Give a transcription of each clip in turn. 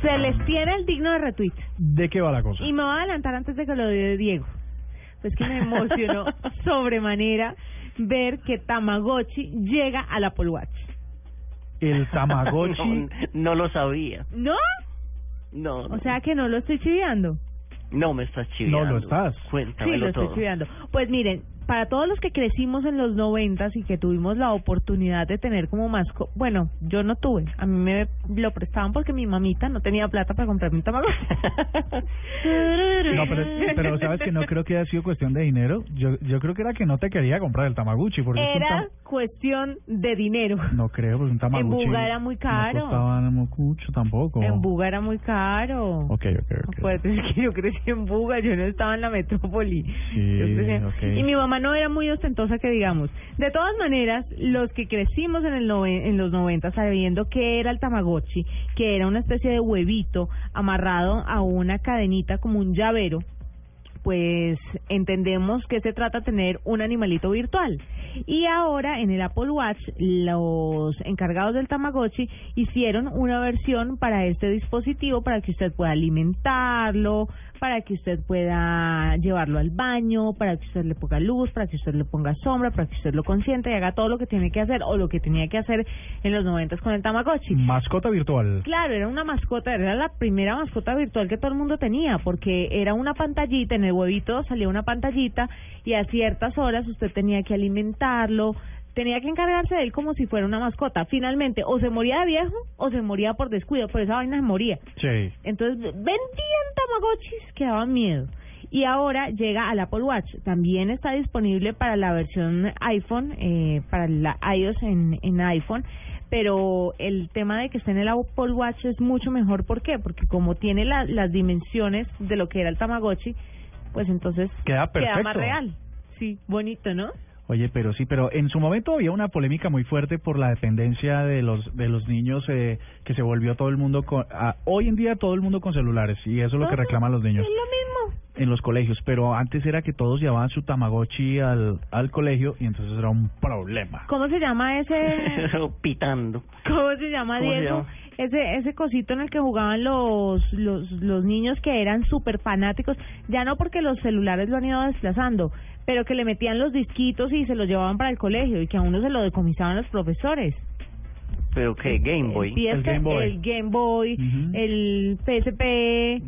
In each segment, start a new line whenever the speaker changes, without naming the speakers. Se les tiene el digno de retweet.
¿De qué va la cosa?
Y me voy a adelantar antes de que lo dé Diego. Pues que me emocionó sobremanera ver que Tamagotchi llega a la Apple Watch.
El Tamagotchi.
No, no lo sabía.
¿No?
No, no,
O sea que no lo estoy chiviando.
no me estás chiviando.
No lo estás.
Sí,
Cuéntamelo
lo estoy
todo.
cuidando. Pues miren, para todos los que crecimos en los noventas y que tuvimos la oportunidad de tener como mascota, bueno, yo no tuve, a mí me lo prestaban porque mi mamita no tenía plata para comprarme un tamagotchi.
No, pero, pero sabes que no creo que haya sido cuestión de dinero. Yo, yo creo que era que no te quería comprar el Tamaguchi. Porque es un
Era
tam-
cuestión de dinero.
No creo, pues un Tamaguchi.
Buga era muy caro.
No costaba mucho tampoco.
En Buga era muy caro.
Ok, ok, ok.
Acuérdate es que yo crecí en Buga, yo no estaba en la metrópoli.
Sí,
Yo crecí en-
ok.
Y mi mamá no era muy ostentosa, que digamos. De todas maneras, los que crecimos en, el noven- en los 90 sabiendo que era el Tamagotchi, que era una especie de huevito amarrado a una cadenita como un llavero, pues entendemos que se trata de tener un animalito virtual. Y ahora en el Apple Watch los encargados del Tamagotchi hicieron una versión para este dispositivo para que usted pueda alimentarlo, para que usted pueda llevarlo al baño, para que usted le ponga luz, para que usted le ponga sombra, para que usted lo consienta y haga todo lo que tiene que hacer o lo que tenía que hacer en los noventas con el Tamagotchi.
Mascota virtual.
Claro, era una mascota, era la primera mascota virtual que todo el mundo tenía, porque era una pantallita, en el huevito salía una pantallita y a ciertas horas usted tenía que alimentarlo, tenía que encargarse de él como si fuera una mascota. Finalmente, o se moría de viejo o se moría por descuido, por esa vaina se moría.
Sí.
Entonces vendían tamagotchis que daban miedo. Y ahora llega al Apple Watch. También está disponible para la versión iPhone, eh, para la iOS en, en iPhone. Pero el tema de que esté en el Apple Watch es mucho mejor. ¿Por qué? Porque como tiene la- las dimensiones de lo que era el Tamagotchi, pues entonces
Queda perfecto.
más real. Sí, bonito, ¿no?
Oye, pero sí, pero en su momento había una polémica muy fuerte por la dependencia de los de los niños eh, que se volvió todo el mundo con ah, hoy en día todo el mundo con celulares y eso es lo que reclaman los niños
Es lo mismo.
en los colegios, pero antes era que todos llevaban su Tamagotchi al al colegio y entonces era un problema.
¿Cómo se llama ese
Pitando.
¿Cómo se llama
¿Cómo se
Diego?
llama?
Ese, ese cosito en el que jugaban los, los, los niños que eran súper fanáticos, ya no porque los celulares lo han ido desplazando, pero que le metían los disquitos y se los llevaban para el colegio y que a uno se lo decomisaban los profesores.
Pero que Game Boy
Empieza
El Game Boy.
El, Game Boy,
Ujú.
el PSP,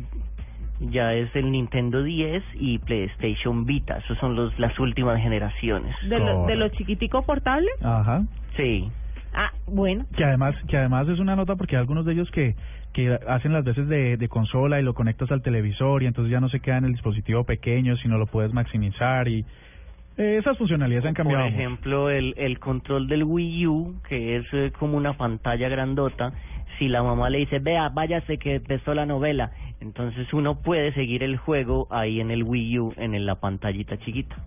ya es el Nintendo 10 y PlayStation Vita. Esos son los las últimas generaciones.
de, lo- de
Correcto.
los chiquiticos portables.
Ajá.
Sí.
Ah, bueno.
Que además que además es una nota porque hay algunos de ellos que que hacen las veces de, de consola y lo conectas al televisor y entonces ya no se queda en el dispositivo pequeño, sino lo puedes maximizar y eh, esas funcionalidades han cambiado.
Por
mucho.
ejemplo, el, el control del Wii U, que es eh, como una pantalla grandota, si la mamá le dice, vea, váyase que empezó la novela, entonces uno puede seguir el juego ahí en el Wii U, en el- la pantallita chiquita.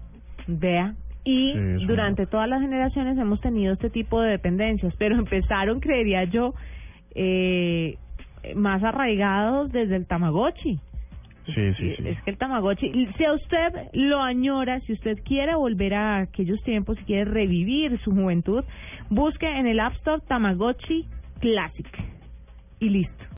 Vea. Y
Sí, es
durante
una-
todas las generaciones hemos tenido este tipo de dependencias, pero empezaron, creería yo, eh, más arraigados desde el Tamagotchi.
Sí, sí, sí.
Es que el Tamagotchi, si a usted lo añora, si usted quiere volver a aquellos tiempos, si quiere revivir su juventud, busque en el App Store Tamagotchi Classic. Y listo.